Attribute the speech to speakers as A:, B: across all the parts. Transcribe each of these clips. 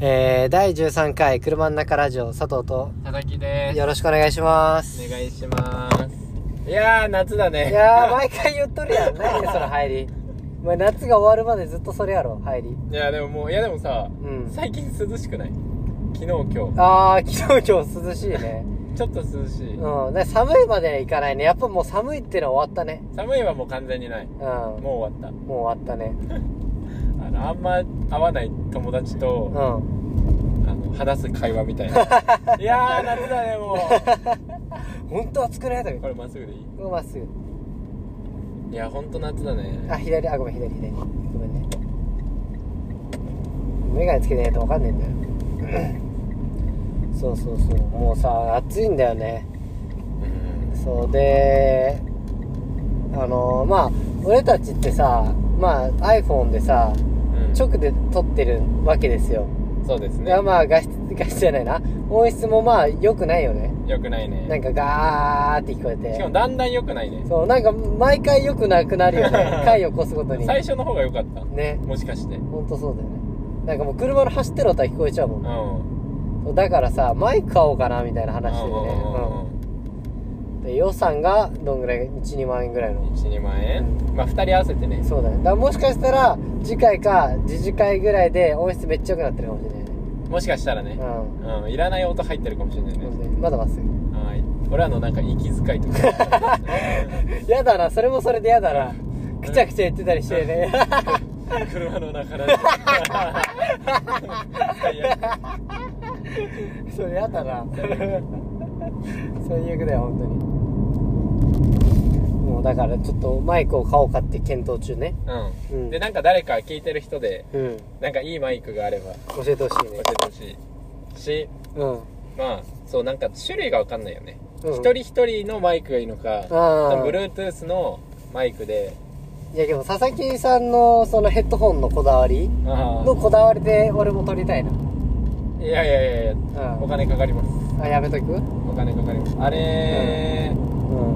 A: えー、第13回車の中ラジオ佐藤と
B: ただきです。
A: よろしくお願いします
B: お願いします。いやー、夏だね。
A: いやー毎回言っとるやん何でその入りお前夏が終わるまでずっとそれやろ入り
B: いや、でももう、いやでもさ、
A: うん
B: 最近涼しくない昨日、今日。ちょ
A: あー昨日今日涼しいね
B: っと涼しい。
A: うんで寒いまでいかないねやっぱもう寒いってのは終わったね
B: 寒いはもう完全にない。
A: うん
B: もう終わっ
A: もう終わったね
B: た。あの、あんま会わない友達
A: う
B: と、
A: ん
B: あの、話す会話 みたいな。いやー、夏だね、も
A: 本当暑くないと
B: う。
A: か
B: これまっすぐでいい
A: これまっすぐ
B: いや、ほんと夏だ
A: あ
B: ね。
A: 左あごめん左左ごめんね眼鏡つけてないと分かんねえんだよ そうそうそうもうさ暑いんだよね
B: うん
A: そうであのまあ俺たちってさまあ iPhone でさ
B: うん
A: 直で撮ってるわけですよ、
B: そうですね
A: で。まあ画質画質じゃないな音質もまあ良くないよね
B: よくない
A: な
B: ね。
A: んかガーって聞こえて
B: しかも、だんだんよくないね。
A: そうなんか毎回良くなくなるよね 回を越すごとに
B: 最初の方が良かった。
A: ね
B: もしかして。う
A: ほんとそうだよねなんかもう車の走ってる音は聞こえちゃうもん、
B: ん。
A: だからさマイク買おうかなみたいな話でね、うんで予算がどんぐらい12万円ぐらいの
B: 12万円まあ2人合わせてね
A: そうだねだからもしかしたら次回か次次回ぐらいで音質めっちゃ良くなってるかもしれないね
B: もしかしたらね
A: うん
B: うんいらない音入ってるかもしれない
A: そう
B: ね
A: だねまだまっすぐ
B: はい俺らのなんか息遣い とか
A: やだなそれもそれでやだな
B: うん
A: くちゃくちゃ言ってたりしてね
B: 車の中で最悪
A: それやだな最悪だよ本当にもうだからちょっとマイクを買おうかって検討中ね
B: う
A: うん
B: んでなんか誰か聞いてる人で
A: うん
B: なんかいいマイクがあれば教
A: 教えてほしいね
B: えてほしいし
A: うん
B: まあそうなんか種類が分かんないよね
A: うん
B: 一人一人のマイクがいいのか
A: あー
B: Bluetooth のマイクで
A: いやでも佐々木さんのそのヘッドホンのこだわり
B: あ
A: のこだわりで俺も撮りたいな
B: あいやいやいやいや
A: う
B: お金かかります
A: んあやめとくうん
B: お金かかりますあれ、
A: うん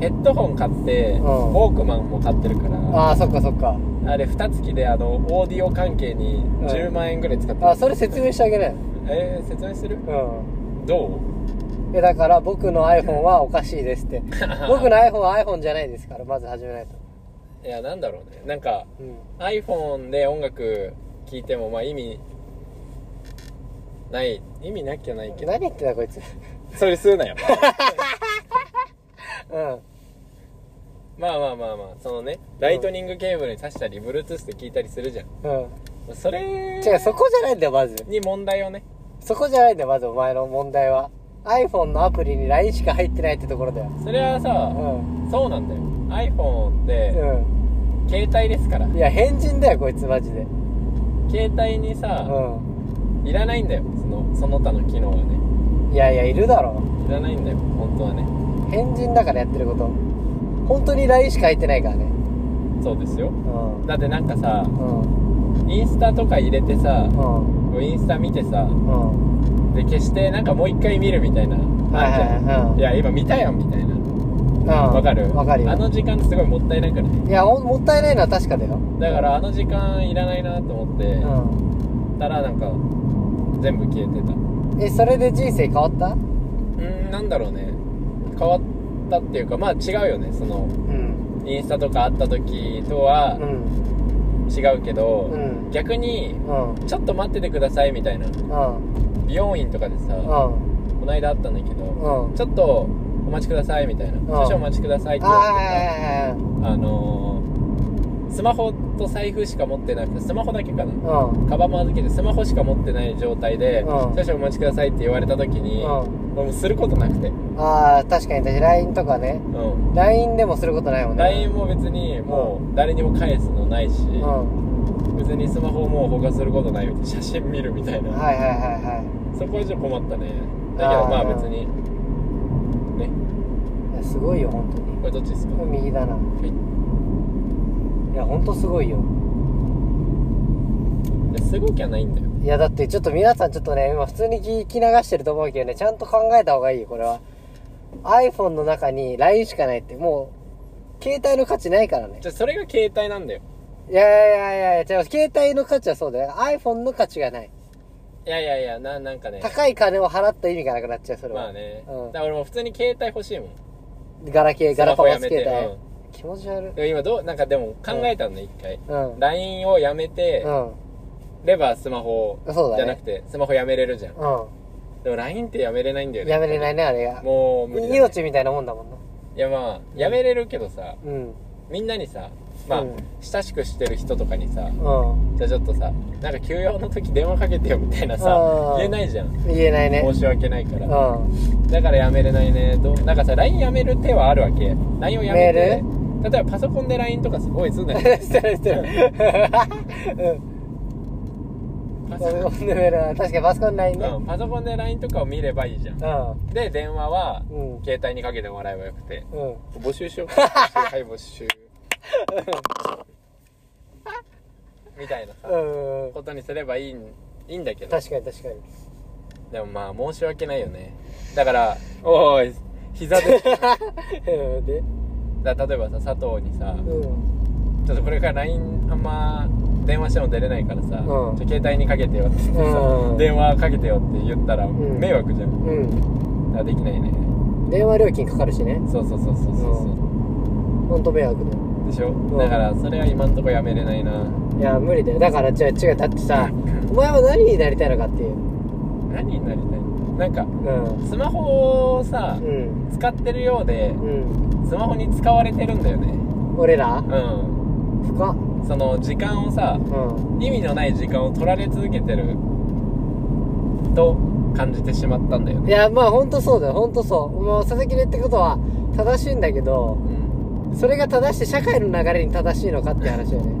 B: ヘッドホン買って、
A: うん
B: ウォークマンも買ってるから
A: ああそっかそっか
B: あれ蓋付きであのオーディオ関係に
A: ん
B: 10万円ぐらい使ってる、
A: あそれ説明してあげない
B: えー、説明する
A: う
B: ど
A: んえだから僕の iPhone はおかしい ですって
B: う
A: 僕の iPhone は iPhone じゃないですからまず始めないと
B: いやなんだろうねなんか
A: うん
B: iPhone で音楽聴いてもまあ意味ない意味なきゃないけど
A: 何言ってんだこい つ
B: それするな よ
A: うん
B: まあまあまあまあそのねライトニングケーブルに挿したり Bluetooth で聞いたりするじゃん
A: うん
B: それ
A: 違うそこじゃないんだよまず
B: に問題をね
A: そこじゃないんだよまずお前の問題は iPhone のアプリに LINE しか入ってないってところだよ
B: それはさ、
A: うん
B: そうなんだよ iPhone って
A: う
B: 携帯ですから
A: んいや変人だよこいつマジで
B: 携帯に
A: う
B: さ、
A: ん
B: いらないんだよそのその他の機能がね
A: いやいやいるだろ
B: いらないんだよ本当はね
A: 変人だからやってること本当に LINE しか入ってないからね
B: そうですよ
A: うん
B: だってなんかさ
A: うん
B: インスタとか入れてさ
A: うん
B: こうインスタ見てさ
A: うん
B: で消してなんかもう一回見るみたいな
A: はいはい
B: あるじゃんい
A: は
B: や今見たやんみたいな
A: いう
B: わ
A: ん
B: かる
A: わかる
B: あ
A: よ
B: の時間ってすごいもったいないからね
A: いやほんもったいないのは確かだよ
B: だからあの時間いらないなと思って
A: う
B: たらなんか全部消えてたうん
A: えそれで人生変わった
B: ーんなんだろうね変わったっていうかまあ違うよねその
A: うん
B: インスタとかあった時とは
A: うん
B: 違うけど、
A: うん
B: 逆に
A: うん
B: ちょっと待っててくださいみたいな
A: うん
B: 美容院とかでさ、
A: うん
B: こないだあったんだけど、
A: うん
B: ちょっとお待ちくださいみたいな、少々お待ちくださいって
A: あ
B: 言われ
A: あ
B: てたあのー、スマホと財布しか持ってなくてスマホだけかな、
A: ーはいはいはい
B: カバンも預けてスマホしか持ってない状態で、
A: うん
B: 少々お待ちくださいって言われた時に、
A: うん
B: 俺もうすることなくて、
A: うんああ確かに私 LINE とかね
B: うん、
A: LINE でもすることないもんね
B: LINE も別にもう誰にも返すのないし、
A: うん
B: 別にスマホもう他することないみたいな写真見るみたいな、
A: はいはいはいはい
B: そこはちょっと困ったねだけどま
A: あ
B: あ
A: ー
B: 別にね
A: いやすごいよ本当に
B: これどっちですか、
A: これ右だな
B: はい
A: いや本当すごいよ
B: ですごきゃないんだよ
A: いやだってちょっと皆さんちょっとね今普通に聞き流してると思うけどねちゃんと考えた方がいいよこれは iPhone の中に LINE しかないってもう携帯の価値ないからね
B: じゃあそれが携帯なんだよ
A: いやいやいやいや違う携帯の価値はそうだよ iPhone の価値がない
B: いやいやいやななんかね
A: 高い金を払った意味がなくなっちゃうそれは
B: まあね、
A: うん
B: だから俺も普通に携帯欲しいもん
A: ガラケーガラパゴス携
B: スマホやめ
A: 帯
B: て
A: 気持ち悪い
B: でも今どうなんかでも考えたのね一回
A: うんうん
B: LINE をやめてればスマホ
A: そうだね
B: じゃなくてスマホやめれるじゃん
A: う
B: でも LINE ってやめれないんだよ
A: ん
B: ね
A: やめれないねあれが
B: もう無理だね、
A: 命みたいなもんだもんない
B: やまあやめれるけどさ
A: うん
B: みんなにさまあ、
A: うん
B: 親しくしてる人とかにさ
A: うん
B: じゃあちょっとさなんか休養の時電話かけてよみたいな
A: あ
B: さ
A: ー
B: 言えないじゃん
A: 言えないね
B: 申し訳ないか
A: う
B: ら
A: ん
B: だからやめれないねどうなんかさ LINE やめる手はあるわけ LINE をやめて例えばパソコンで LINE とかすごいすんだ よ
A: してるしてる
B: パソ
A: うん
B: コ
A: 飲んでみるな確かにパソコンないね
B: ン、うん、パソコンで LINE とかを見ればいい じゃん
A: う
B: で電話は
A: んうん
B: 携帯にかけてもらえばよくて
A: うん
B: 募集 しようかはい募集みたいなさ
A: うんうん
B: ことにすればいいんいいんだけど
A: 確かに確かに
B: でもまあ申し訳ないよねだからおい膝で
A: うんで
B: だから例えばさ佐藤にさ
A: うん
B: ちょっとこれから LINE あんま電話しても出れないから
A: ん
B: さ、ちょっと携帯にかけてよって言ってさ、
A: うん
B: 電話かけてよって言ったら
A: ん
B: 迷惑じゃん、
A: うん
B: だからできないね
A: 電話料金かかるしね
B: そうそうそうそうそうそ
A: ほんと迷惑だよ
B: うでしょ、
A: ん
B: だからそれは今んとこやめれないない
A: や無理だよだから違う違うだってさお前は何になりたいのかっていう
B: 何になりたいなんか
A: うん
B: スマホをさ、
A: うん
B: 使ってるようで
A: うん
B: スマホに使われてるんだよね
A: 俺ら
B: うん
A: 深っ
B: その時間をさ
A: うん
B: 意味のない時間を取られ続けてると感じてしまったんだよ
A: い
B: ね
A: やまあほんとそうだよほんとそうもう佐々木の言ってることは正しいんだけど
B: うん
A: それが正して社会の流れに正しいのかって話よね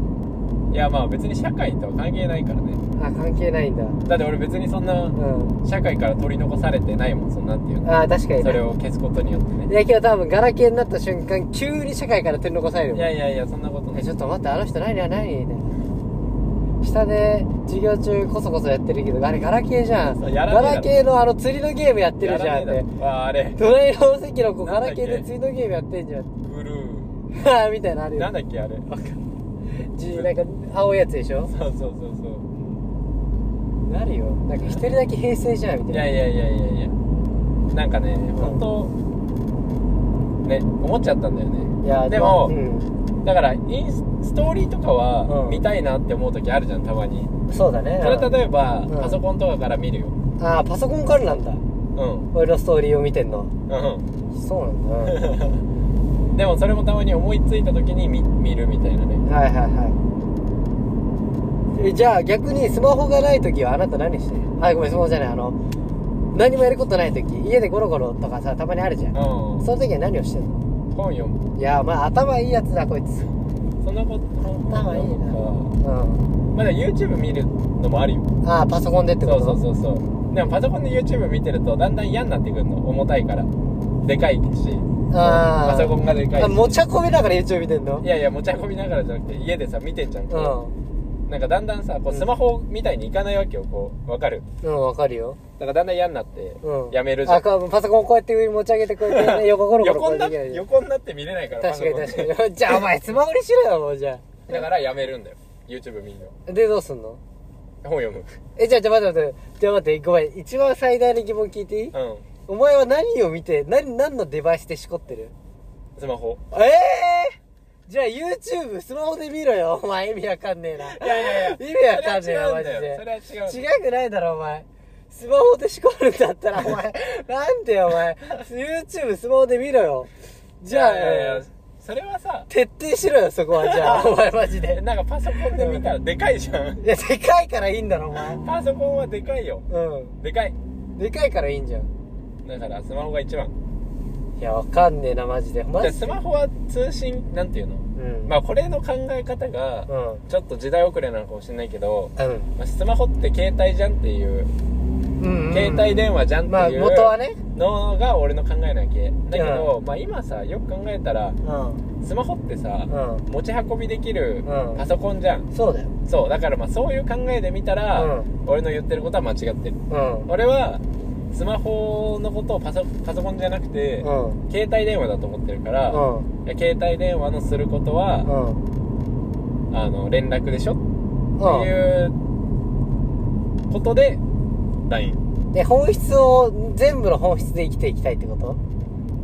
B: いやまあ別に社会とは関係ないからね
A: あ関係ないんだう
B: だって俺別にそんなん社会から取り残されてないもんそんなんていうの
A: あ確かに
B: そ
A: ね
B: れを消すことによってね
A: いやけど多分ガラケーになった瞬間急に社会から取り残される
B: い
A: もん
B: やいやいやそんなことな
A: え
B: い
A: ちょっと待ってあの人何や何みたいな下で授業中こそこそやってるけどあれガラケーじゃん
B: そ
A: ガ
B: うやらねえだろ
A: ラケーのあの釣りのゲームやってるじゃんっ
B: やら
A: て
B: ねえだろああれ
A: 隣の席の子
B: な
A: ガ
B: んだ
A: ラ
B: っけ
A: ケーで釣りのゲームやってんじゃん
B: ブル
A: はぁみたいなのある
B: ーな
A: よ
B: んだっけあれそう
A: じなんか青いやつでしょ
B: そうそうそ
A: なるよなんか一人だけ平成じゃん
B: う
A: み
B: い
A: た
B: や
A: い
B: いやいやいやいやなんかね本当ね思っちゃったんだよね
A: ないや
B: でも
A: うん
B: だからインスストーリーとかは
A: うん
B: 見たいなって思う時あるじゃんたまに
A: そうだね
B: それ例えば
A: うん
B: パソコンとかから見るよ
A: ああパソコンからなんだ
B: うん
A: 俺のストーリーを見てんの
B: う
A: そうなんだ
B: んでもそれもたまに思いついた時に見見るみたいなね
A: はいはいはいえじゃあ逆にスマホがない時はあなた何してるあごめんスマホじゃないあの何もやることない時家でゴロゴロとかさたまにあるじゃん
B: うん
A: その時は何をしてんの
B: 本読む
A: いやまあ頭いいやつだこいつ
B: そんなこと
A: 頭いいな
B: か
A: うん
B: まだ YouTube 見るのもあるよ
A: ああパソコンでって
B: そ
A: こ
B: う
A: と
B: そうそうそうでもパソコンで YouTube 見てるとだんだん嫌になってくるの重たいからでかいし
A: あー
B: パソコンがでかい
A: あ
B: し
A: 持ち運びながら YouTube 見てんの
B: いやいや持ち運びながらじゃなくて家でさ見てんじゃん
A: う
B: こうなんかだんだんさこうスマホみたいにいかないわけよこうわかる
A: んうんわかるよ
B: だからだんだん嫌になって
A: うん
B: やめるじゃ
A: あ
B: ん
A: かパソコンこうやって上に持ち上げてこうや ってね横ゴロゴロこ
B: 横
A: うや
B: にな
A: っ
B: って
A: できない
B: て
A: じゃん
B: 横になって見れないから
A: 確かに
B: パソコン
A: 確かに じゃあお前スマホにしろよもうじゃ
B: だからやめるんだよ YouTube 見るの
A: あでどうすんの
B: 本読む
A: え、じゃあ、じゃあ、待って待って。じゃあ、待って、ごめん。一番最大の疑問聞いていい、
B: うん
A: お前は何を見て、何、何のデバイスでしこってる
B: スマホ
A: ええー、じゃあ、YouTube、スマホで見ろよ。お前、意味わかんねえな。
B: いやいやいや
A: 意味わかんねえな、
B: それ
A: マ
B: は違う
A: ジ
B: んだよ
A: で。
B: それは違うんだよ
A: 違くないだろ、お前。スマホでしこるんだったら、お前、なんでよお前、YouTube、スマホで見ろよ。じゃあ、
B: いやいやいやそれはさ
A: 徹底しろよ、そこは。じゃあ、お前、マジ
B: え
A: で。
B: なんかパソコンで見たらでかいじゃん
A: いや、でかいからいいんだろ、お前。
B: パソコンはでかいよ
A: う
B: でかい
A: ん。でかいからいいんじゃん。
B: だからスマホが一番
A: いや、わかんねえな、マジで。マ
B: じゃあ
A: ジ
B: ス
A: で。
B: マホは通信なんていう
A: う
B: の
A: ん。
B: まあこれの考え方が
A: うん。うん。
B: ちょっと時代遅れなのかもしれないけど、まあ、スマホって携帯じゃんっていう
A: うん、うん。
B: 携帯電話じゃんって
A: まあ、
B: いう
A: 元はね。
B: のが俺の考えなわけだけど、まあ今さよく考えたら
A: うん。
B: スマホってさ、
A: う
B: 持ち運びできる
A: うん
B: パソコンじゃん、
A: ん。そうだよ。
B: そうだからまあそういう考えで見たら、
A: うん
B: 俺の言ってることは間違ってる
A: うん。
B: 俺はスマホのことをパソパソコンじゃなくて、
A: うん。
B: 携帯電話だと思ってるから、
A: うん。
B: いや携帯電話のすることは、
A: うん。
B: あの連絡でしょっ
A: うん。
B: ていうことで LINE
A: で本質を全部の本質で生きていきたいってこと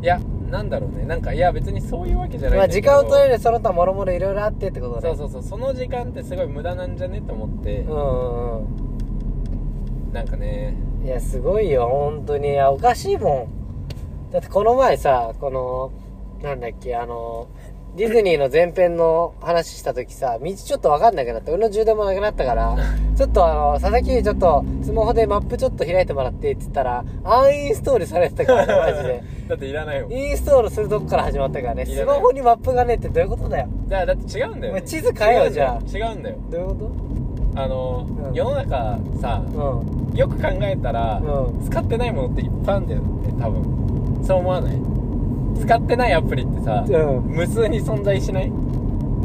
B: いやなんだろうねなんかいや別にそういうわけじゃないん
A: ま
B: だ
A: あ
B: け
A: 時
B: ど
A: 間を取れるその他もろもろいろいろあってってこと
B: そ
A: ね
B: うそうそうその時間ってすごい無駄なんじゃねと思って、
A: うんうん
B: なんかね
A: うんいやすごいよ本当にいやおかしいもんだってこの前さこのなんだっけあのディズニーの前編の話した時さ道ちょっと分かんなくなって俺の充電もなくなったから ちょっとあの佐々木ちょっとスマホでマップちょっと開いてもらってって言ったらアンインストールされてた からねマジで
B: だっていらないもん
A: インストールするとこから始まったからね
B: いらな
A: ス
B: い
A: マホにマップがねえってどういうことだよ
B: じゃあだって違うんだよ、
A: お前地図変えよ
B: 違うんだ
A: じ
B: 違うんだよ
A: どういうこ
B: あの、
A: うん
B: 世の中さ
A: と
B: よく考えたら、
A: う
B: 使ってないものっていっぱいあるんだよね多分そう思わない使ってないアプリってさ、
A: うん
B: 無数に存在しない
A: う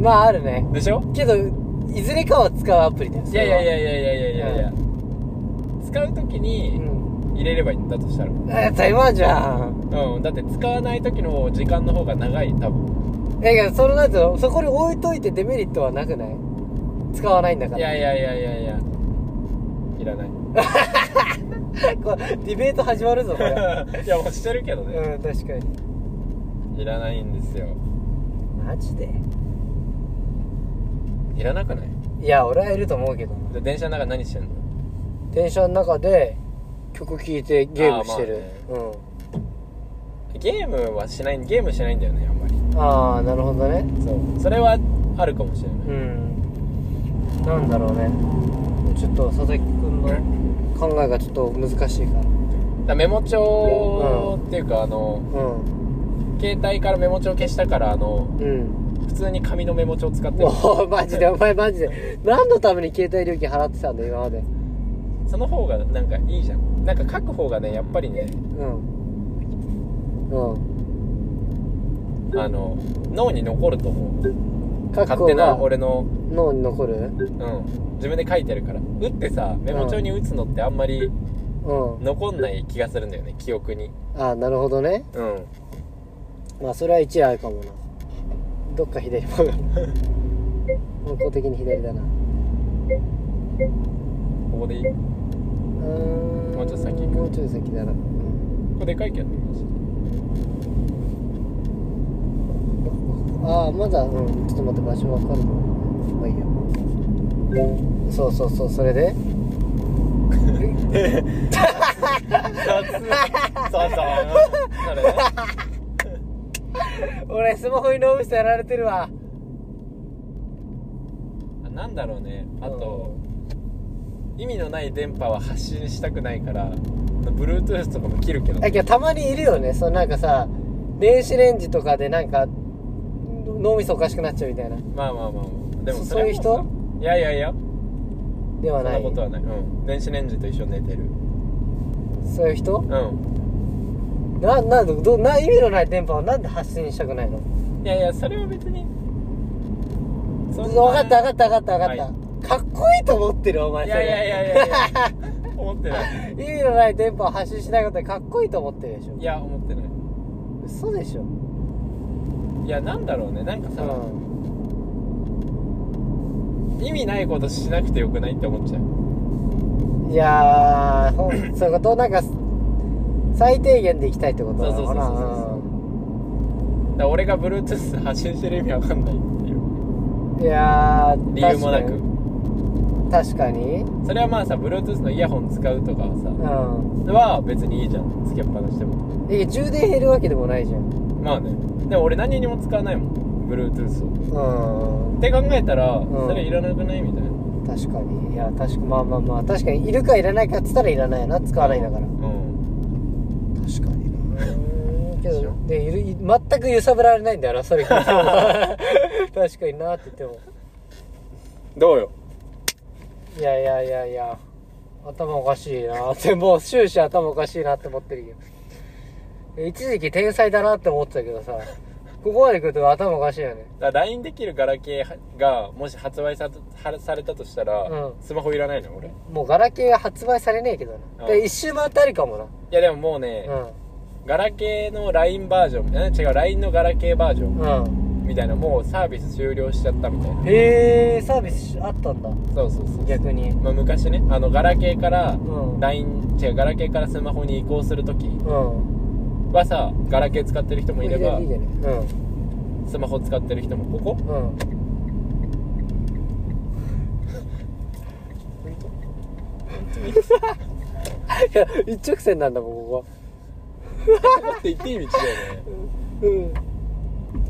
A: んまああるね
B: でしょ
A: けどいずれかは使うアプリだよ
B: いやいやい
A: や
B: やいやいやいやいやいや、使う時
A: う
B: に
A: ん
B: 入れればいいんだとしたらう
A: あ当たり前じゃん
B: んだって使わない時の時間の方が長い多分
A: だけどそのなんていうのそこに置いといてデメリットはなくない使わないんだか
B: い
A: ら
B: やいやいやいやいやいらない
A: こうディベート始まるぞこ れ
B: いやもうしてるけどね、
A: うん確かに
B: いらないんですよ
A: マジで
B: いらなくない
A: いや俺はいると思うけど
B: で電車の中何してんの
A: 電車の中で曲聴いてゲームしてる
B: あゲームはしないゲームしないんだよねあんまり
A: うんああなるほどね
B: そうそれはあるかもしれない、
A: うんなんだろうねちょっと佐々木君の考えがちょっと難しいから
B: だからメモ帳っていうか、あの
A: うん
B: 携帯からメモ帳消したからあの
A: うん
B: 普通に紙のメモ帳使ってる
A: おおマジでお前マジで何のために携帯料金払ってたんだよ今まで
B: その方がなんかいいじゃんなんか書く方がねやっぱりね
A: うんうん
B: あの脳に残ると思う
A: 覚
B: 勝
A: 悟
B: 手な
A: が
B: 俺の
A: 脳に残る
B: うん自分で書いてるから打ってさメモ帳に打つのってあんまり
A: うん
B: 残んない気がするんだよね記憶に
A: ああなるほどね
B: うん
A: まあそれは一理あるかもなどっか左曲がる 方向的に左だなう
B: ここでいいこ
A: ーん
B: もうちょっと先行く
A: もうちょっと先だな
B: こでかいけどね
A: ああまだうんちょっと待って場所わかるまあいいよそうそうそうそれで
B: 雑そうそうそれね
A: 俺スマホに脳みそやられてるわ
B: あなんだろうねあと、意味のない電波は発信したくないから Bluetooth とかも切るけど
A: だけどたまにいるよねそのなんかさ電子レンジとかでなんか脳みそおかしくなっちゃうみたいな
B: まあまあまあまあでも
A: そ
B: れ
A: そういう人
B: もさいやいやいや
A: で
B: そ
A: は
B: ん
A: な
B: ないことはない、うん、電子レンジと一緒に寝てる
A: そういう人
B: うん
A: ななんでどな意味のない電波をなんで発信したくないの
B: いやいやそれは別にそんな
A: 分かった分かった分かった分かった、
B: は
A: かっこいいと思ってるお前
B: い
A: それ
B: やいやいやいやいや思ってない
A: 意味のない電波を発信しないことでかっこいいと思ってるでしょ
B: いや思ってない
A: 嘘でしょ
B: いやなんだろうねなんか
A: う
B: さ、
A: ん
B: 意味ないことしなくてよくないって思っちゃう
A: いやーほんそういうことなんか最低限でいきたいってことだ
B: そうそうそうそうそうだから俺が Bluetooth 発信してる意味わかんないっていう
A: ほらうんいやー
B: 理由もなく
A: 確かに
B: それはまあさ Bluetooth のイヤホン使うとかはさ、
A: 確かにうん
B: は別にいいじゃんつけっぱなしでも
A: え充電減るわけでもないじゃんうん
B: まあねでも俺何にも使わないもん Bluetooth
A: 確
B: をって考えたら、
A: ん
B: それいらなくないみたいな
A: かにいや確かまあまあまあ確かにいるかいらないかっつったらいらないよな使わないんだから
B: うん
A: 確かになけ
B: でし
A: ど
B: ょ
A: でいるい全く揺さぶられないんだよなそれ 聞いても確かになって言っても
B: どうよ
A: いやいやいやいや頭おかしいな ってもう終始頭おかしいなって思ってるけど一時期天才だなって思ってたけどさここまで来ると頭おかしいよね
B: だから LINE できるガラケーがもし発売さはされたとしたら、
A: うん
B: スマホいらないの俺い
A: もうガラケーが発売されねえけどな、
B: う
A: で
B: ん
A: 一周回ってあるかもな
B: やでももうね、ガラケーの LINE バージョンえ違う LINE のガラケーバージョ
A: うんうん
B: みたいなもうサービス終了しちゃったみたいな
A: へえサービスあったんだ
B: そうそうそう
A: 逆に
B: まあ、昔ねあのガラケーから
A: うん
B: LINE 違うガラケーからスマホに移行するとき
A: うん
B: はさガラケー使ってる人もいれば
A: いいじゃない
B: スマホ使ってる人もここ
A: うんうんいや一直線なんだもんこ
B: ここって言っていい道だよね
A: こう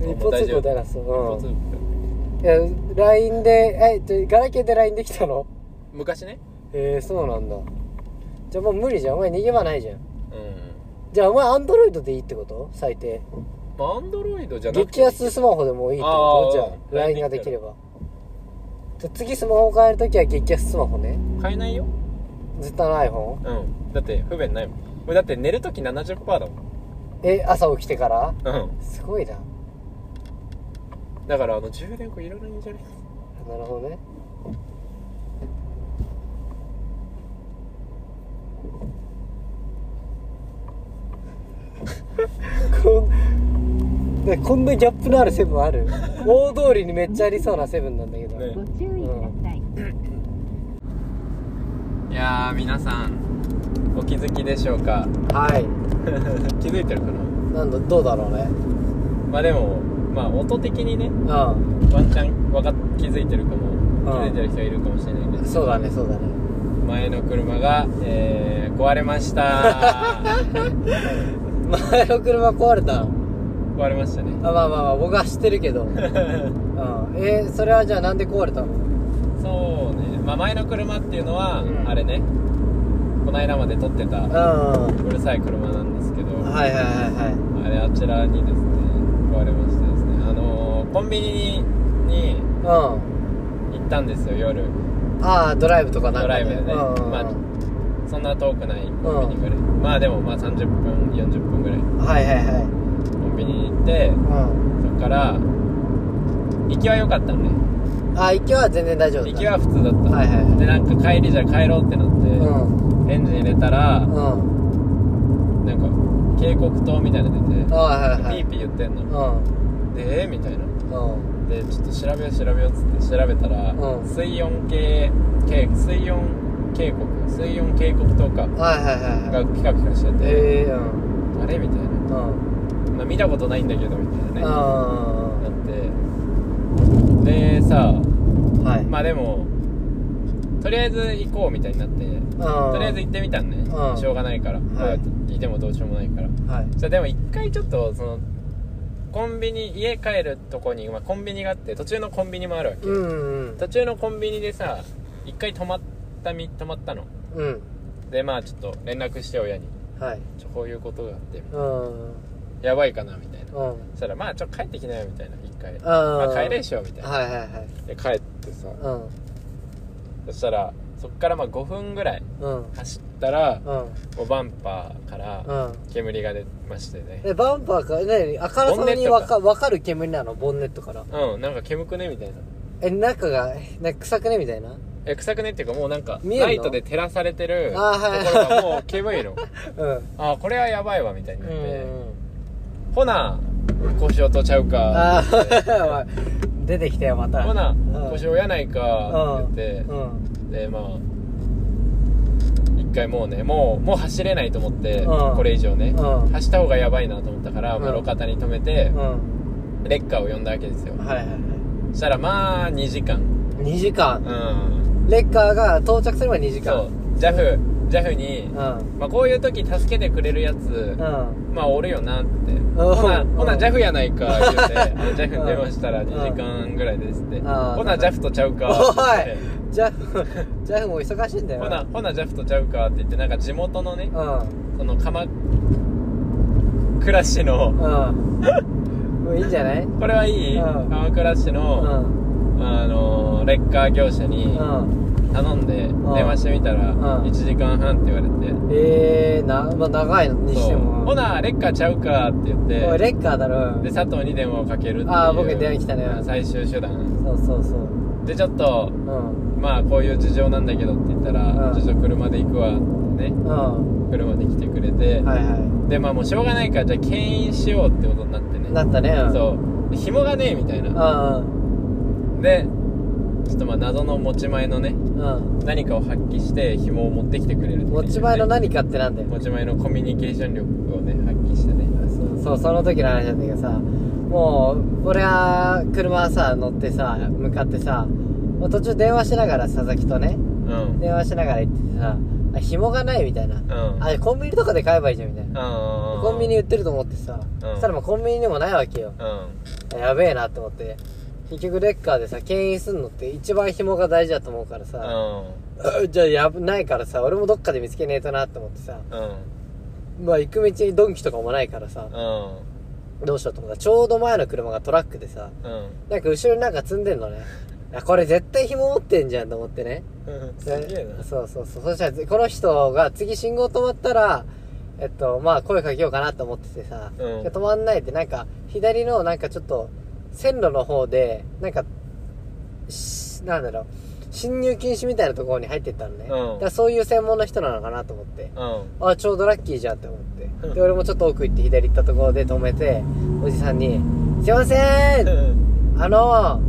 A: ん一歩通行だらそう、
B: 交通
A: うん、
B: 部
A: いや LINE でえちょガラケーで LINE できたの
B: 昔ね
A: へえそうなんだじゃあもう無理じゃんお前逃げ場ないじゃん
B: うん
A: じゃあお前アンドロイドでいいってこと最低
B: まあアンドロイドじゃなくて
A: 激安スマホでもいいってことじゃ
B: あー
A: あ LINE ができればじゃあ次スマホ変えるときは激安スマホね
B: 買えないよ
A: ずっとの iPhone
B: うんだって不便ないもん俺だって寝るとき70%だもん
A: え朝起きてから
B: うん
A: すごいな
B: だからあの充電庫いらないんじゃない
A: なるほどねこんねこんなギャップのあるセブンある大通りにめっちゃありそうなセブンなんだけど、
B: ね
C: ご注意ください。
B: いやー皆さんお気づきでしょうか
A: はい
B: 気づいてるかな
A: なんだどうだろうね
B: まあでもまあ音的にね
A: う
B: ワンチャンわかっ気づいてるかも
A: ああ
B: 気づいてる人いるかもしれないんで
A: ん
B: す
A: そうだねそうだね
B: 前の車が、えー、壊れました
A: 前の車壊れたの
B: 壊れましたね
A: あまあまあまあ僕は知ってるけど、うん、えーそれはじゃあなんで壊れたの
B: そうね、まあ、前の車っていうのは、
A: うん
B: あれねこの間まで撮ってた
A: うんうん
B: うるさい車なんですけどあ
A: はいはいはいは
B: れあちらにですね壊れましてですねあのー、コンビニに
A: いうん
B: 行ったんですよ夜
A: ああドライブとかなんか
B: ドライブでね、
A: うんうんうん
B: まあそんな遠くないコンビニぐらい、まあでもまあ30分40分ぐらい
A: はいはいはい
B: コンビニに行って
A: う
B: そっから行きは良かったのね
A: んあ行きは全然大丈夫だ
B: 行きは普通だった、
A: はいはいはい
B: でなんか帰りじゃ帰ろうってなって、
A: うん
B: エンジン入れたら、
A: うん
B: なんか警告灯みたいなの出て、
A: あはいはいは
B: ピ
A: い
B: ーピー言ってん
A: う
B: の、
A: ん
B: でえーみたいな
A: うん
B: でちょっと調べよう調べようっつって調べたら、
A: うん
B: 水温計警水温警告水温警告灯か
A: はいはいはいはい
B: がピカピカしてて、
A: ええうん
B: あれみたいな、
A: うん
B: まあ、見たことないんだけどみた
A: う
B: い
A: ん
B: なね、なってでさ
A: はい
B: まあでもとりあえず行こうみたいになってと
A: と
B: りあえず行ってみたんね、
A: うん
B: しょうがないから、まあいてもどうしようもないから
A: はい
B: じゃあでも一回ちょっとそのコンビニ家帰るとこに、まあ、コンビニがあって途中のコンビニもあるわけ、
A: うんうん
B: 途中のコンビニでさ一回泊まったみ泊まったの
A: うん
B: でまあちょっと連絡して親に
A: はい
B: ちょこういうことがあって
A: うん
B: やばいかなみたいな
A: うん
B: そしたらまあちょっと帰ってきなよみたいな一回
A: あ
B: まあ、帰れんしようみたいな、
A: はいはいはい
B: で帰ってさ
A: うん
B: そしたらそっからまあ5分ぐらい
A: うん
B: 走ったら
A: うん
B: もうバンパーから
A: うん
B: 煙が出ましてね
A: えバンパーから何あからさまに
B: ボンネッ
A: わ
B: ト
A: か
B: か
A: わかる煙なのボンネットから
B: うんなんか煙くねみたいな
A: え中がえなんか臭くねみたいな
B: え臭くねっていうかもうなんか
A: 見えんの
B: ライトで照らされてるとこ
A: あーはい
B: ろがもう煙 いの
A: うん
B: あーこれはやばいわみたいに
A: う
B: なっ
A: ん
B: て
A: うん
B: ほな腰落とちゃうか
A: ああ 出てきたよまた
B: ほな
A: うん
B: 腰折やないかって言っ
A: うん
B: てでまあ一回もうねもうもう走れないと思って
A: うん
B: これ以上ね
A: うん
B: 走った方がやばいなと思ったから、まあ、
A: うん
B: 路肩に止めて
A: うん
B: レッカーを呼んだわけですよ
A: はいはいはい
B: そしたらまあ2時間
A: 2時間
B: うん
A: レッカーが到着すれば2時
B: そ
A: 間
B: う JAF JAF に
A: う、ん
B: まあ、こういう時助けてくれるやつ
A: うん
B: まあおるよなって
A: おう
B: ほな
A: うん
B: ほな JAF やないか言 ってあの JAF に電話したら
A: うん
B: 2時間ぐらいですって
A: ん
B: ほな JAF とちゃうか
A: お
B: って 言っ
A: いジャフジャフも忙しいんだ
B: て
A: よ
B: ほなほな JAF とちゃうかって言ってなんか地元のね
A: うん
B: その鎌倉市の
A: うんもういいんじゃない
B: これはいい
A: うん
B: 鎌倉市
A: う
B: の
A: ん
B: あのレッカー業者に
A: うん
B: 頼んで電話してみたら
A: うん
B: 1時間半って言われて
A: ええなまあ長いのにし
B: そ
A: て
B: う
A: も
B: ほなレッカーちゃうかって言っ
A: おい
B: て
A: レッカーだろ
B: で佐藤に電話をかけるっていう
A: あー僕に電話来たね
B: うん最終手段
A: そうそうそう
B: でちょっと
A: うん
B: まあこういう事情なんだけどって言ったら、
A: うん
B: ちょっと車で行くわってね
A: うん
B: 車で来てくれて、
A: はいは
B: でまあもうしょうがないからじゃあ牽引しようってことになって
A: いな
B: ね
A: ったねうん
B: そう紐がねえみたいな
A: うん
B: でちょっとまあ謎の持ち前のね
A: うん
B: 何かを発揮して紐を持ってきてくれるっていうね
A: 持ち前の何かってなんだよ
B: 持ち前のコミュニケーション力をね発揮してね
A: そうそうその時の話なんだけどさもう俺は車さ乗ってさ向かってさもう途中電話しながら佐々木とね
B: うん
A: 電話しながら行っててさあ紐がないみたいな、
B: うん
A: あコンビニとかで買えばいいじゃんみたいな、コ
B: コ
A: ンビニ売ってると思ってさ、
B: うん
A: そしたらもうコンビニにもないわけよ
B: う
A: やべえなって思って結局レッカーでさ牽引すんのって一番紐が大事だと思うからさ、う
B: ん
A: ん じゃあやぶないからさ俺もどっかで見つけねえとなって思ってさ
B: うん
A: まあ行く道にドンキとかもないからさ、
B: うん
A: どうしようと思ったらちょうど前の車がトラックでさ
B: うん
A: なんか後ろになんか積んでんのね あこれ絶対紐持ってんじゃんと思ってね
B: うんす
A: で
B: げえな
A: そうそうそうそしたらこの人が次信号止まったらえっとまあ声かけようかなと思っててさ、
B: うん
A: 止まんないでなんか左のなんかちょっと線路の方でなんかしなんだろう進入禁止みたいなところに入ってったのね、
B: うん
A: だからそういう専門の人なのかなと思って
B: うん
A: あちょうどラッキーじゃんって思っ
B: う
A: て
B: ん
A: で俺もちょっと奥行って左行ったところで止めておじさんに「すいませんあの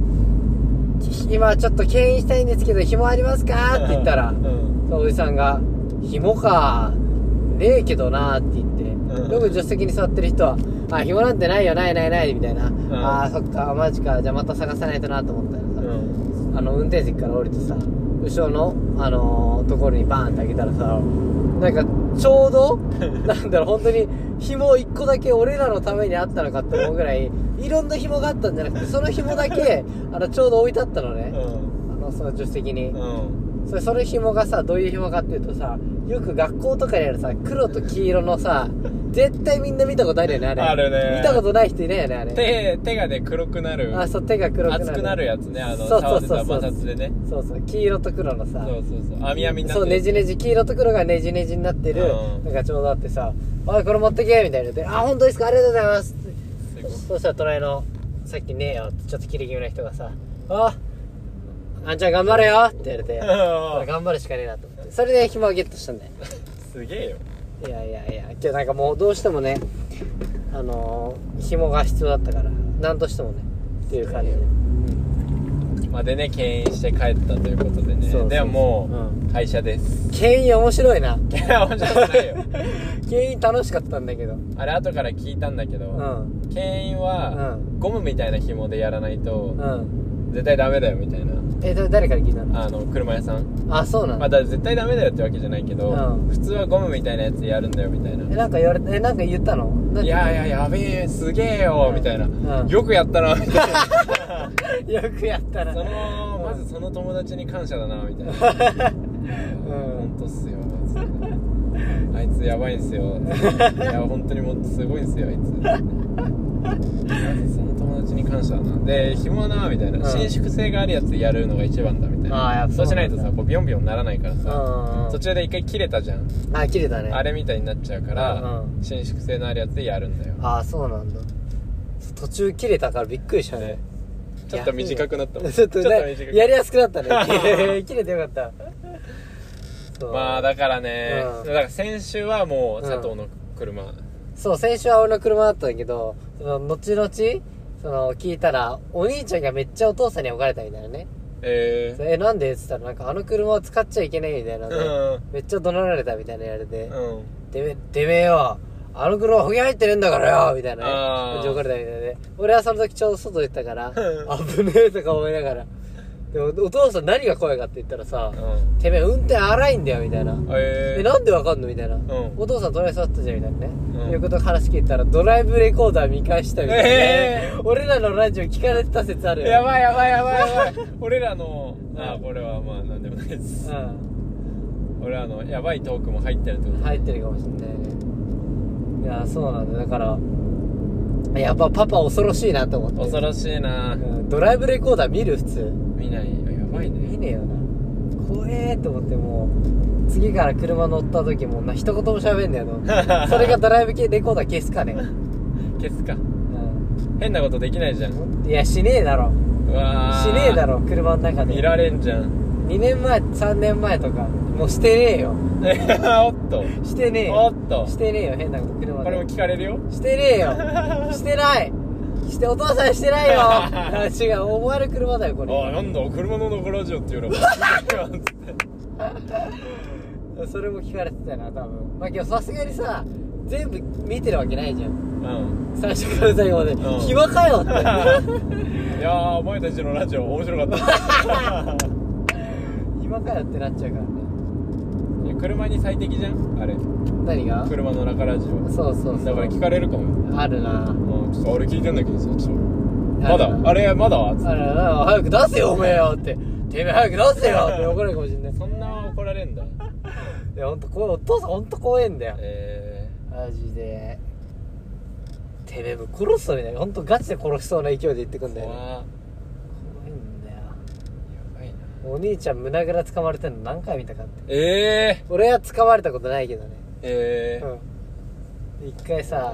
A: ひ今ちょっと牽引したいんですけど紐ありますか?」って言ったら
B: うん
A: そうおじさんが「紐かねえけどな」って言って
B: うん
A: よく助手席に座ってる人は「あ紐なんてないよないないない」みたいな「
B: ん
A: ああそっかマジかじゃあまた探さないとな」と思ったらさ、
B: うん
A: あの運転席から降りてさ後ろの、あのーところにバーンって開けたらさなんかちょう どなんだろう本当に紐一個だけ俺らのためにあったのかって思うぐらいいろんな紐があったんじゃなくてその紐だけ あのちょうど置いてあったの
B: う
A: ね、
B: ん
A: あのその助手席に、
B: うん
A: それその紐がさどういう紐かっていうとさよく学校とかにあるさ黒と黄色のさ絶対みんな見たことあるよねあれ
B: あるね
A: 見たことない人いないよねあれ
B: 手手がね黒くなる
A: あそう手が黒くなる
B: 熱くなるやつねあの
A: そうそ
B: 触
A: う
B: って
A: そう
B: た
A: そう
B: 摩擦でね
A: そうそう黄色と黒の
B: そ
A: さ
B: うそうそう網網になっ
A: そ
B: て
A: うねじね
B: じ
A: じ黄色と黒がねじねじになってる、
B: うん
A: なんかちょうどあってさ「おいこれ持ってけ」みたいなで「あ本当ですかありがとうございます」
B: すごい
A: そしたら隣のさっきねえよちょっとキレ気味な人がさ「ああんちゃん頑張れよ」って言われてこれ頑張るしかねえなと思ってそれで紐をゲットしたんだよ
B: すげえよ
A: いやいやいや今日なんかもうどうしてもねあのー、紐が必要だったから何としてもねっていう感じで、
B: まあでね牽引して帰ったということ
A: そ
B: で
A: うそうそ
B: ね
A: う
B: でもも
A: う
B: う会社です
A: 牽引面白いない
B: や面白くないよ
A: 牽引楽しかったんだけど
B: あれ後から聞いたんだけ
A: う
B: ど
A: ん
B: 牽引
A: う
B: はゴムみたいな紐でやらないと
A: うん
B: 絶対ダメだよみたいな
A: えだ誰から聞いたの
B: あの車屋さん
A: あそうなん
B: まあ
A: だ、
B: だ絶対ダメだよってわけじゃないけど
A: うん
B: 普通はゴムみたいなやつでやるんだよみたいな
A: えなんか言われてえなんか言ったのなん
B: い
A: て
B: やいややべえすげえよ
A: うん
B: みたいな
A: うん
B: よくやったなみたいな
A: よくやったな
B: そのまずその友達に感謝だなみた いな本当っすよつってあいつやばいんすよつっていや本当にもっとすごいんすよあいつまずその友達に感謝だなで紐はなみたいな、
A: うん
B: 伸縮性があるやつでやるのが一番だみたいな
A: あーやっぱ
B: そうしないと
A: そうな
B: さ
A: んだ
B: こうビヨンビヨンならないから
A: うん
B: さ、
A: うんうん
B: 途中で一回切れたじゃん、
A: あ切れたね
B: あれみたいになっちゃうから、
A: うん
B: 伸縮性のあるやつでやるんだよ
A: あそうなんだ途中切れたからびっくりしたね
B: ねちょっと短くなったもん
A: ちょっと,、ね、
B: 短く
A: やりやすくなったね 切れてよかったそう
B: まあだからね、
A: うん
B: だから先週はもう佐藤の車、
A: そう先週は俺の車だったんだけどその後々その聞いたらお兄ちゃんがめっちゃお父さんに置かれたみたいなね
B: え
A: えなんでって言ったらなんかあの車を使っちゃいけないみたいなね、
B: うん
A: めっちゃ怒鳴られたみたいな言われて、
B: ー、うん
A: てめてめえよあの車はほげ入ってるんだからよみたいなね
B: あー
A: 感じで怒られたみたいで俺はその時ちょうど外行ったから
B: う
A: 危ねえとか思いながらでもお父さん何が怖いかって言ったらさ、
B: うん
A: てめえ運転荒いんだよみたいな
B: えー、
A: えなんでわかんのみたいな、
B: ん
A: お父さん隣座ってたじゃんみたいなね、
B: うん
A: いうことを話聞いたらドライブレコーダー見返したみたいな、
B: えー
A: 俺らのラジオ聞かれてた説あるよ
B: やばいやばいやばいやばい俺らの
A: うん
B: あこれはまあなんでもないです
A: う
B: 俺らのやばいトークも入ってるって
A: ん
B: こと
A: 入ってるかもしんないねいやそうなんだだからやっぱパパ恐ろしいなと思って
B: 恐ろしいな
A: うんドライブレコーダー見る普通
B: 見ないやばい
A: 見
B: ね
A: ねえよな怖えと思ってもう次から車乗った時もな一言も喋んねえ のそれがドライブ系レコーダー消すかね、
B: 消すか
A: う、
B: 変なことできないじゃんうん
A: いやしねえだろ
B: わー
A: しねえだろ車の中で
B: 見られんじゃん
A: 2年前3年前とかもうしてねえよ
B: おっと
A: してねえ
B: お
A: よ
B: っと
A: してねえよ変なこと車
B: こ
A: で
B: れも聞かれるよ
A: してねえよしてないして、お父さんしてない よあ違う、思われ車だよ、こ
B: あ
A: れ。
B: なんだ車の中ラジオってい うのか
A: それも聞かれてたな、多分。まあ、今日さすがにさ、全部見てるわけないじゃん。
B: うん
A: 最初から最後まで。
B: うん
A: 暇か よって。
B: いやーお前たちのラジオ面白 かった
A: 暇かよってなっちゃうからね。
B: いや車に最適じゃんあれ
A: 何が
B: 車の中ラジオ
A: そうそうそ
B: だから
A: う。
B: 聞かれるかも
A: あるな
B: うんちょっとあれ聞いてんだけどさちょっとまだあ
A: れ
B: れまだは
A: あれな早く出せよ、おめえよって。てめえ早く出せよって怒られるかもしんない。
B: そんな怒られんだ
A: いや、ほんと、こうお父さんほんと怖えんだよ。
B: え
A: マジで。てめえ、ぶっ殺すぞみたいな。ほんとガチで殺しそうな勢いで言ってくん
B: ー
A: だよね。
B: 怖っ
A: 怖いんだよ。
B: やばいな
A: お兄ちゃん胸ぐらつかまれてんの何回見たかって。
B: えー
A: 俺はつかまれたことないけどね。
B: えー
A: うん。一回さ、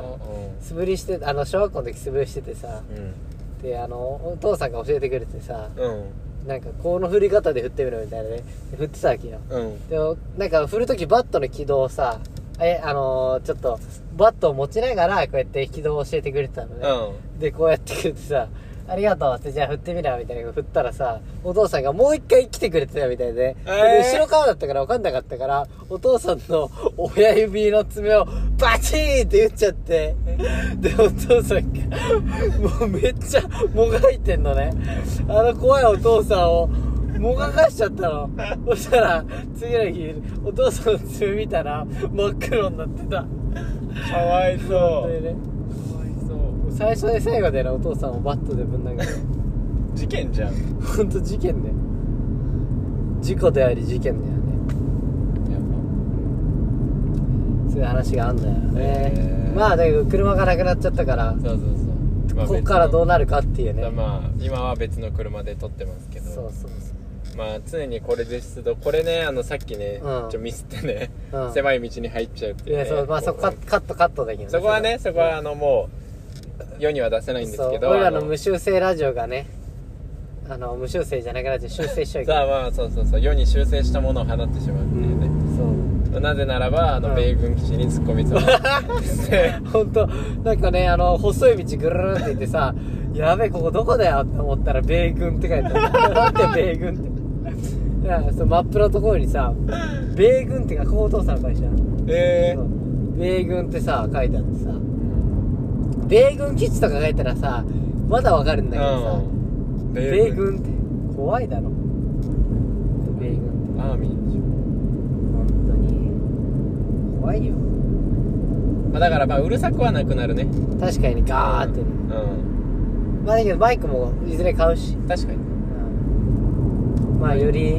A: 素振りして、あの、小学校の時素振りしててさ、
B: うん
A: で、あの、お父さんが教えてくれてさ、
B: うん
A: なんかこの振り方で振ってみろみたいなね。振ってたわけよ。
B: うん
A: でも、なんか振るときバットの軌道をさ、え、あのーちょっと、バットを持ちながら、こうやって軌道を教えてくれてたのね。で、こうやってくれてさ、ありがとうって、じゃあ振ってみな、みたいなの振ったらさ、お父さんがもう一回来てくれてたみたいで、
B: え
A: で
B: ー
A: 後ろからだったから分かんなかったから、お父さんの 親指の爪をバチーンって打っちゃって、で、お父さんが、もうめっちゃもがいてんのね。あの怖いお父さんを、もがかしちゃったの。そしたら、次の日、お父さんの爪見たら、真っ黒になってた。
B: かわいそ
A: そうれでね、
B: かわいそ
A: 最初で最後でね、お父さんをバットでぶん殴る。
B: う事件じゃんや
A: ほんと事件ね事故であり事件だよねそういう話があんだよね、
B: へー
A: まあだけど車がなくなっちゃったから
B: そうそうそう、
A: ここからどう
B: う
A: なるかっていうね
B: まあ今は別の車で撮ってますけど
A: そうそう
B: まあ常にこれで出動これねあのさっきね、
A: うん
B: ちょミスってね、
A: そう、うん、
B: 狭い道に入っちゃうって
A: い
B: いう、
A: や
B: ね、
A: そうまあそこカ
B: こ
A: カットカットできる
B: そこはねそこはあのもう世には出せないんですけ
A: そ
B: ど
A: う俺らの
B: あの
A: 無修正ラジオがねあの無修正じゃなくなっちゃう修正しち ゃうけど
B: さあまあそうそうそう世に修正したものを放ってしまうっていうね、
A: そう
B: なぜならばあ
A: うん
B: の米軍基地に突っ込みそう
A: 本当なんかねあの細い道ぐるるんって行ってさ「やべえここどこだよ」って思ったら「米軍」って書いてあるなんて米軍ってだからそのマップのところにさ「米軍」ってか高等さんの会社
B: え
A: そう
B: ー
A: 米軍ってさ書いてあってさ米軍基地とか書いたらさまだわかるんだけどさ、
B: うん
A: 米軍って怖いだろ米軍って
B: アーミーでしょ
A: 本当に怖いよ
B: まあ、だからまあうるさくはなくなるね
A: 確かにガーってね、
B: うん
A: まあだけどバイクもいずれ買うし
B: 確かに
A: まあより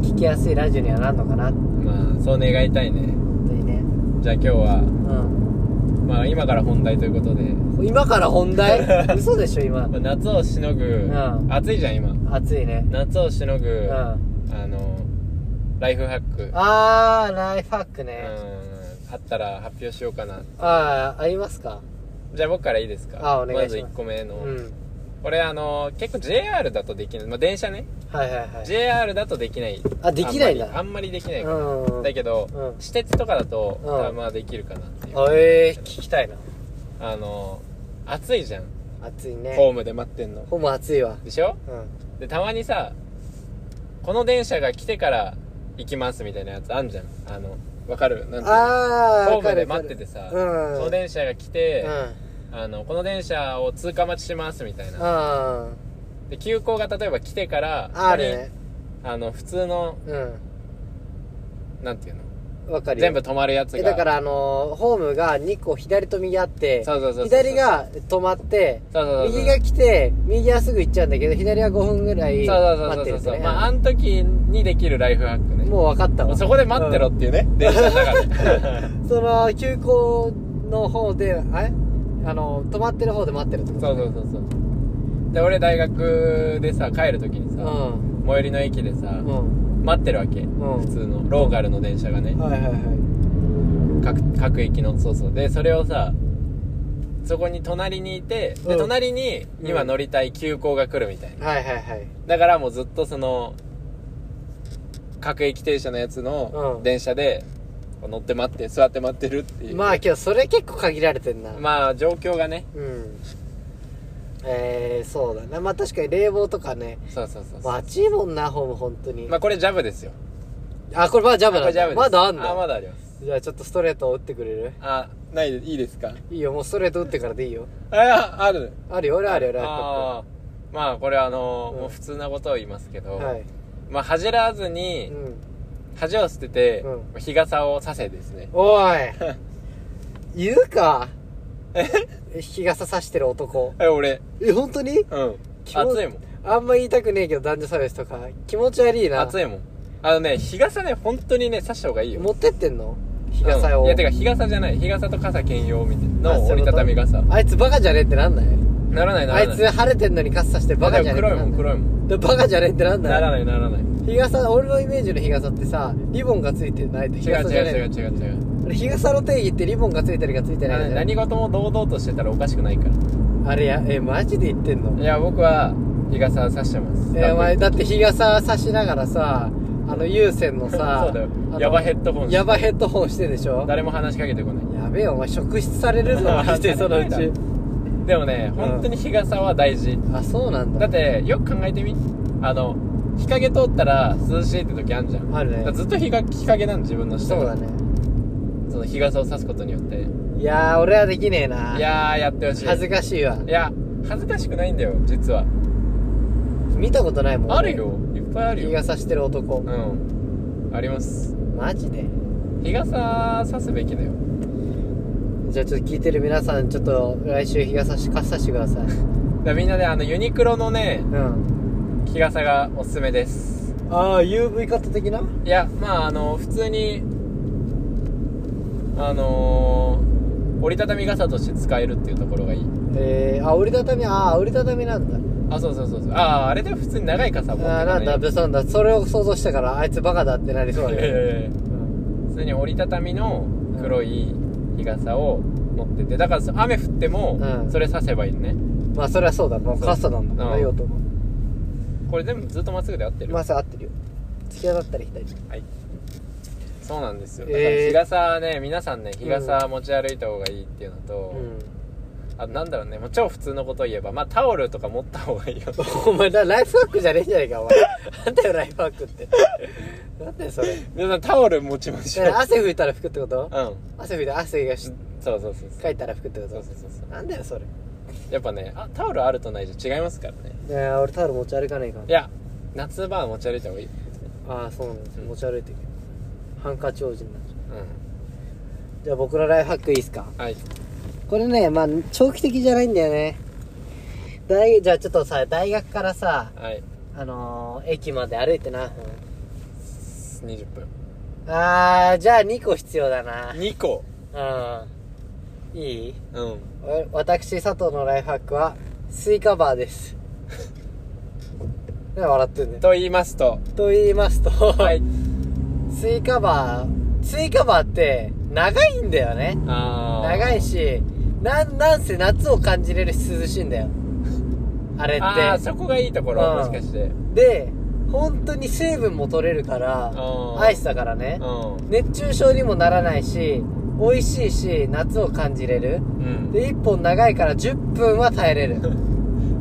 A: 聞きやすいラジオにはなるのかな本
B: まあそう願いたいね
A: 当にね
B: じゃあ今日は
A: う
B: まあ今から本題ということで、
A: ん今から本 題嘘でしょ今
B: まあ、夏をしのぐ、
A: ん
B: 暑いじゃん今
A: 暑いね
B: 夏をしのぐ、
A: うん
B: あのライフハック
A: あーライフハック
B: う
A: ね、
B: んあったら発表しようかな
A: あーありますか
B: じゃあ僕からいいですか
A: あお願いします
B: まず1個目の、
A: うん
B: これあの結構 JR だとできない、まあ、電車ね、
A: はいはいはい
B: JR だとできない
A: あできないんだ
B: あんまりあんまりできないか
A: う
B: ら、
A: んうん
B: だけど、
A: うん
B: 私鉄とかだと、
A: うん
B: まあまあできるかなっていう
A: あえー、聞きたいな
B: あの暑いじゃん
A: 暑いね
B: ホームで待ってんの
A: ほぼ暑いわ
B: でしょ
A: うん
B: でたまにさこの電車が来てから行きますみたいなやつあんじゃんあのわかるなんていうの
A: あー
B: ホームで
A: わか
B: 待っ
A: る
B: ててさ、
A: わかる
B: この電車が来て
A: うん、
B: あのこの電車を通過待ちしますみたい
A: うん
B: な、
A: あ
B: で急行が例えば来てから
A: ーある
B: こ
A: ね
B: こにあの普通の
A: う
B: なんていうの
A: んわかるよ
B: 全部止まるやつ
A: え
B: が
A: だからあのーホームが2個左と右あって
B: そうそうそうそう
A: 左が止まって
B: そうそうそうそう
A: 右が来て右はすぐ行っちゃうんだけど左は5分ぐらい
B: そう
A: 待っ
B: そ
A: てる
B: うそうんそう、
A: ですね
B: まああん時にできるライフハックね
A: もう分かったわ
B: そこで待ってろっていうね、電車の中で
A: その急行の方であれあの止まってる方で待ってるってこと
B: そうそうそうそうで俺大学でさ帰る時にさ、
A: ん
B: 最寄りの駅でさ、
A: うん
B: 待ってるわけ、
A: ん
B: 普通のローカルの電車がね、
A: はいはいはい
B: 各各駅のそうそうでそれをさそこに隣にいて、
A: う
B: で
A: ん
B: 隣に今乗りたい急行が来るみたいな、
A: はいはいはい
B: だからもうずっとその各駅停車のやつ
A: う
B: の
A: ん
B: 電車で乗って待って座って待ってるっていう
A: まあ今日それ結構限られてんな
B: まあ状況がね
A: うんえー、そうだねまあ確かに冷房とかね
B: そうそうそうそう、
A: まあ暑いもんなほぼ本当に、
B: まあこれジャブですよ
A: あこれまだジャブ
B: こ
A: な
B: れ
A: ん
B: ジャ
A: だ
B: ブです
A: まだあんの
B: あまだあります
A: じゃあちょっとストレート打ってくれる
B: あないでいいですか
A: いいよもうストレート打ってからでいいよ
B: あある
A: あるよ俺あるよ俺あ
B: あーまあこれあのー
A: うん
B: もう普通なことを言いますけ
A: る
B: ど、
A: はい
B: まあ恥じらず
A: う
B: に
A: ん
B: 恥を捨てて、
A: う
B: 日傘をさせですね
A: おい言う かえ日傘さしてる男
B: え俺
A: え本当に
B: うん
A: 気持ち
B: 暑いもん
A: あんま言いたくねえけど男女差別とか気持ち悪いな
B: 暑いもんあのね日傘ね本当にね差した方がいいよ
A: 持ってってんの日傘を、
B: うんいやてか日傘じゃない日傘と傘兼用みたいな
A: あ
B: の
A: そうい
B: 折
A: う
B: り
A: こと
B: たたみ傘
A: あいつバカじゃねえってなんない
B: ならないな
A: あ
B: ら
A: い
B: ない
A: つ晴れてんのに傘さしてバカじゃねえ
B: で
A: って
B: も
A: な
B: 黒いもん
A: んない
B: 黒いもん
A: でバカじゃねえってなんだ
B: な
A: よ
B: らないならない
A: 日傘俺のイメージの日傘ってさリボンがついてないと日
B: 違う
A: 傘じゃねえ
B: 違う違う違う違う
A: あれ日傘の定義ってリボンがついてるかついてないかじゃない
B: 何事も堂々としてたらおかしくないから
A: あれやえマジで言ってんの
B: いや僕は日傘さしてます
A: えお前
B: だ
A: だって日傘差しながらさあの有線の
B: さ
A: さ
B: そうだよ
A: あの
B: ヤバヘッドホンして
A: ヤバヘッドホンしてんでしょ
B: 誰も話しかけてこない
A: やべえお前職質される ぞマジでそのうち
B: でもね
A: うん
B: 本当に日傘は大事
A: あそうなん
B: だ
A: だ
B: ってよく考えてみあの日陰通ったら涼しいって時あるじゃん
A: あるね
B: だからずっと日が日陰なの自分の下
A: そ
B: が
A: うだね
B: その日傘を差すことによって
A: いやー俺はできねえない
B: やーやってほしい
A: 恥ずかしいわ
B: いや恥ずかしくないんだよ実は
A: 見たことないもん
B: あるよいっぱいある
A: 日
B: よ
A: 傘してる男
B: うんあります
A: マジで
B: 日傘さすべきだよ
A: じゃあちょっと聞いてる皆さんちょっと来週日傘し傘してくだ さい
B: だからみんなねあのユニクロのね
A: うん
B: 日傘がおすすめです
A: ああ UV カット的ない
B: やまああの普通にあのー、折りたたみ傘として使えるっていうところがいい
A: えー、あ折りたたみああ折りたたみなんだ
B: あそうそうそうそうあああれで普通に長い傘持って
A: ああなんだ別なんだそれを想像したからあいつバカだってなりそう
B: そう
A: だ
B: いやい
A: ね、
B: やいや
A: うん
B: 普通に折りたたみの黒い日傘を持っててだからそ雨降っても
A: うん
B: それさせばいいのね、
A: まあそれはそうだもう
B: そう
A: 傘なんだ
B: うん
A: ありがとう
B: これ全部ずっとまっすぐで合ってる、
A: まあさ合ってるよ突き当たったり左
B: はいそうなんですよ、
A: えー
B: だから日傘はね皆さんね日傘持ち歩いた方がいいっていうのと、あとなんだろうねもう超普通のことを言えばまあタオルとか持った方がいいよ
A: お前だライフハックじゃねえじゃないかお前 なんだよライフハックって なんだよそれ
B: 皆さんタオル持ちましょう
A: え汗拭いたら拭くってこと
B: うん
A: 汗拭いて汗がし
B: そうそうそうそう
A: かいたら拭くってこ
B: そう
A: と
B: そうそうそう
A: なんだよそれ
B: やっぱねあタオルあるとないじゃ違いますからね
A: いや俺タオル持ち歩かないから
B: いや夏場は持ち歩いた方がいい
A: ああそうなんです
B: うん
A: 持ち歩いてるハンカチ王子になっちゃ
B: う
A: うじゃあ僕のライフハックいいっすか
B: んはい
A: これねまあ長期的じゃないんだよね大じゃあちょっとさ大学からさ
B: はい
A: あのー、駅まで歩いてな、
B: 20分
A: あーじゃあ2個必要だな
B: 2個
A: うんいい
B: うん
A: わ私佐藤のライフハックはスイカバーです なんで笑ってんねんと
B: と言いますと
A: と言いますと、
B: はい
A: スイカバースイカバーって長いんだよね
B: あー
A: 長いしなんなんせ夏を感じれるし涼しいんだよあれ
B: ああ
A: って
B: そこがいいところ
A: うん
B: もしかして
A: で本当に水分も取れるから
B: あー
A: アイスだからね
B: う
A: 熱中症にもならないし美味しいし夏を感じれる
B: ん
A: で1本長いから10分は耐えれる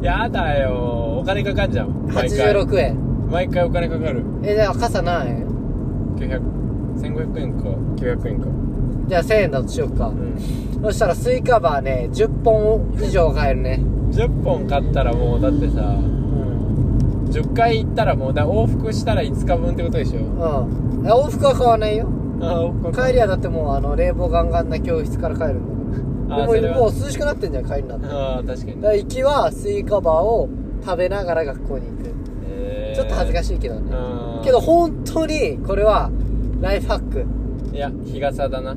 B: やだよお金かかんじゃん 毎回
A: 86円
B: 毎回お金かかる
A: えじゃあ傘何円
B: 9001500円か900円か
A: じゃあ1000円だとしよっか、
B: うん
A: そしたらスイカバーね10本以上買えるね
B: 10本買ったらもうだって
A: う
B: さ
A: ん、
B: 10回行ったらもうだ往復したら5日分ってことでしょ
A: うん、え往復は買わないよ
B: あー往復
A: 帰りはだってもうあの冷房ガンガンな教室から帰るんだ
B: あー
A: も
B: そうれは
A: もう涼しくなってんじゃん帰りになってだか
B: ああ確かに
A: ら行きはスイカバーを食べながら学校に行く、
B: えー
A: ちょっと恥ずかしいけどね
B: うん
A: けど本当にこれはライフハック
B: いや日傘だな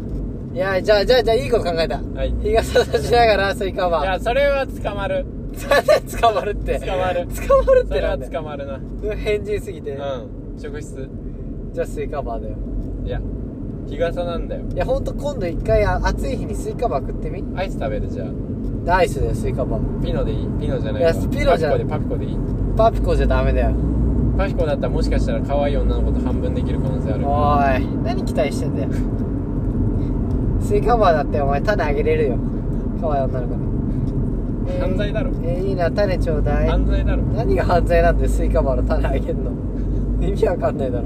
B: い
A: やじゃあじゃあじゃあいいこと考えた
B: はい
A: 日傘差しながらスイカ
B: い
A: バ
B: やそれは捕まる
A: ーなんで捕まるって
B: 捕まる
A: 捕まるっ
B: そ
A: て
B: れ
A: な
B: は
A: んだ
B: 捕まるな
A: よ変人すぎて、
B: うん職質
A: じゃあスイカバーだよ
B: いや日傘なんだよ
A: いやほんと今度一回あ暑い日にスイカバー食ってみ
B: アイス食べるじゃあ
A: アイスだよスイカバー
B: ピノでいいピノじゃない
A: いや
B: わ
A: ピノじゃない
B: パピコでパピコでいい
A: パピコじゃダメだよ
B: パピコだったらもしかしたら可愛い女の子と半分できる可能性ある
A: おい何期待してんだよスイカバーだってお前種あげれるよ可愛い女の子にえー
B: 犯罪だろ
A: えーいいな種ちょうだい
B: 犯罪だろ
A: 何が犯罪なんでスイカバーの種あげんの意味わかんないだろ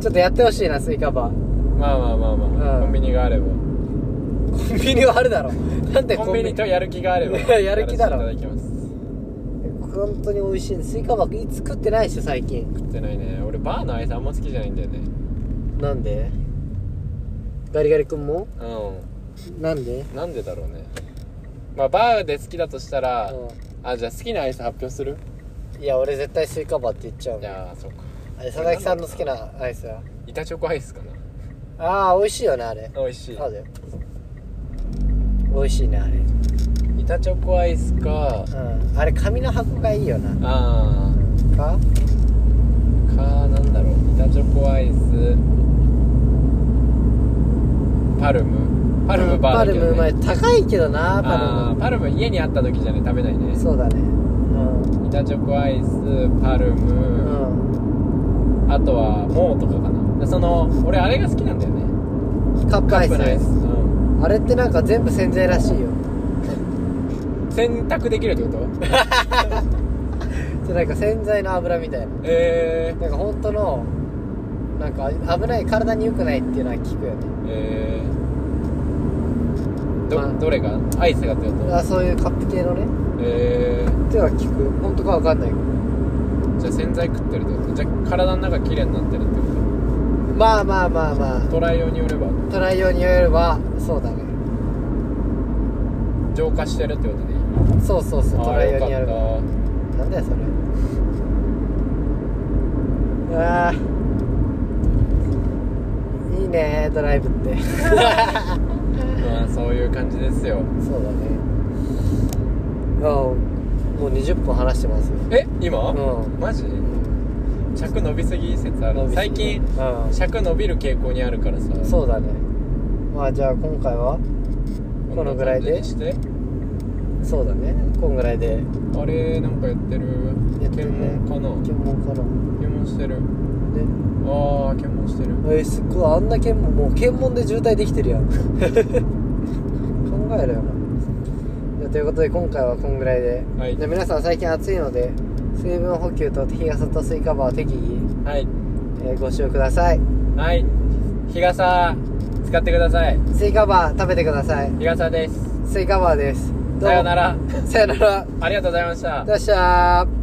A: ちょっとやってほしいなスイカバー
B: まあまあまあまあ、
A: うん
B: コンビニがあれば
A: コンビニはあるだろなんで
B: コンビニとやる気があれば
A: やる気だろ
B: やらせていただきます
A: 本当に美味しいスイカバーいつ食ってないっしょ最近
B: 食ってないね俺バーのアイスあんま好きじゃないんだよね
A: なんでガリガリ君も
B: う
A: なんで
B: んなんでだろうねまあバーで好きだとしたら、あじゃあ好きなアイス発表する
A: うんいや俺絶対スイカバーって言っちゃう
B: じゃあそっか
A: あれ佐々木さんの好きなアイスは
B: 板チョコアイスかな
A: ああ美味しいよねあれ
B: 美味しい
A: そうだよ美味しいねあれ
B: 板チョコアイスか
A: うんあれ紙の箱がいいよな
B: あ
A: か
B: ーかなんだろう板チョコアイスパルムパルムバー
A: パ
B: だ
A: ル
B: け
A: ム
B: ど、
A: うま
B: ね
A: い、高いけどなパ
B: あ
A: ル
B: ーパルム家にあった時じゃね食べないね
A: ムそうだねうん
B: 板チョコアイスパル
A: う
B: ム、
A: ん
B: あとはモーとかかなでその俺あれが好きなんだよね
A: カップアイ
B: カップ
A: ス
B: のアイス、う
A: あれってなんか全部洗剤らしいよ
B: ん、選択できるっ てこと
A: でなんか洗剤の油みたいな
B: えー
A: なんか本当のなんか危ない体に良くないっていうのは聞くよね
B: えーど、
A: まあ
B: どれがアイスがってこと
A: あそういうカップ系のね
B: えー
A: っていうのは聞く本当かわかんないけど
B: じゃあ洗剤食ってるってことじゃあ体の中綺麗になってるってこ
A: まあまあまあま
B: とトライ用によれば
A: あトライ用によればそうだね
B: 浄化してるってことでいい
A: そうそうそうト
B: ああ
A: ライ
B: よ
A: 用
B: かっ
A: によればなんだよそれあーいいねドライブって
B: たまあそういう感じですよ
A: そうだねあもう20分話してますよ
B: え今、
A: うん
B: マジ尺伸びすぎ説あ
A: 伸び
B: る
A: すぎ
B: 最近
A: うん
B: 尺伸びる傾向にあるからさ
A: そうだねまあじゃあ今回はこのぐらいで
B: こんな感じにして
A: そうだねこんぐらいで
B: あれなんかやってる
A: やってる
B: 検
A: ね
B: 問かな
A: 検問かな
B: 検問してる
A: ね
B: ああ検問してる
A: えすっごいあんな検問もう検問で渋滞できてる やん考えるよなじゃあということで今回はこんぐらいで、
B: はい
A: じゃあ皆さん最近暑いので水分補給と日傘とスイカバーを適宜、
B: はい
A: えーご使用ください
B: はい日傘使ってください
A: スイカバー食べてください
B: 日傘です
A: スイカバーですどうも
B: さようなら
A: さよなら
B: ありがとうございました
A: どうしたー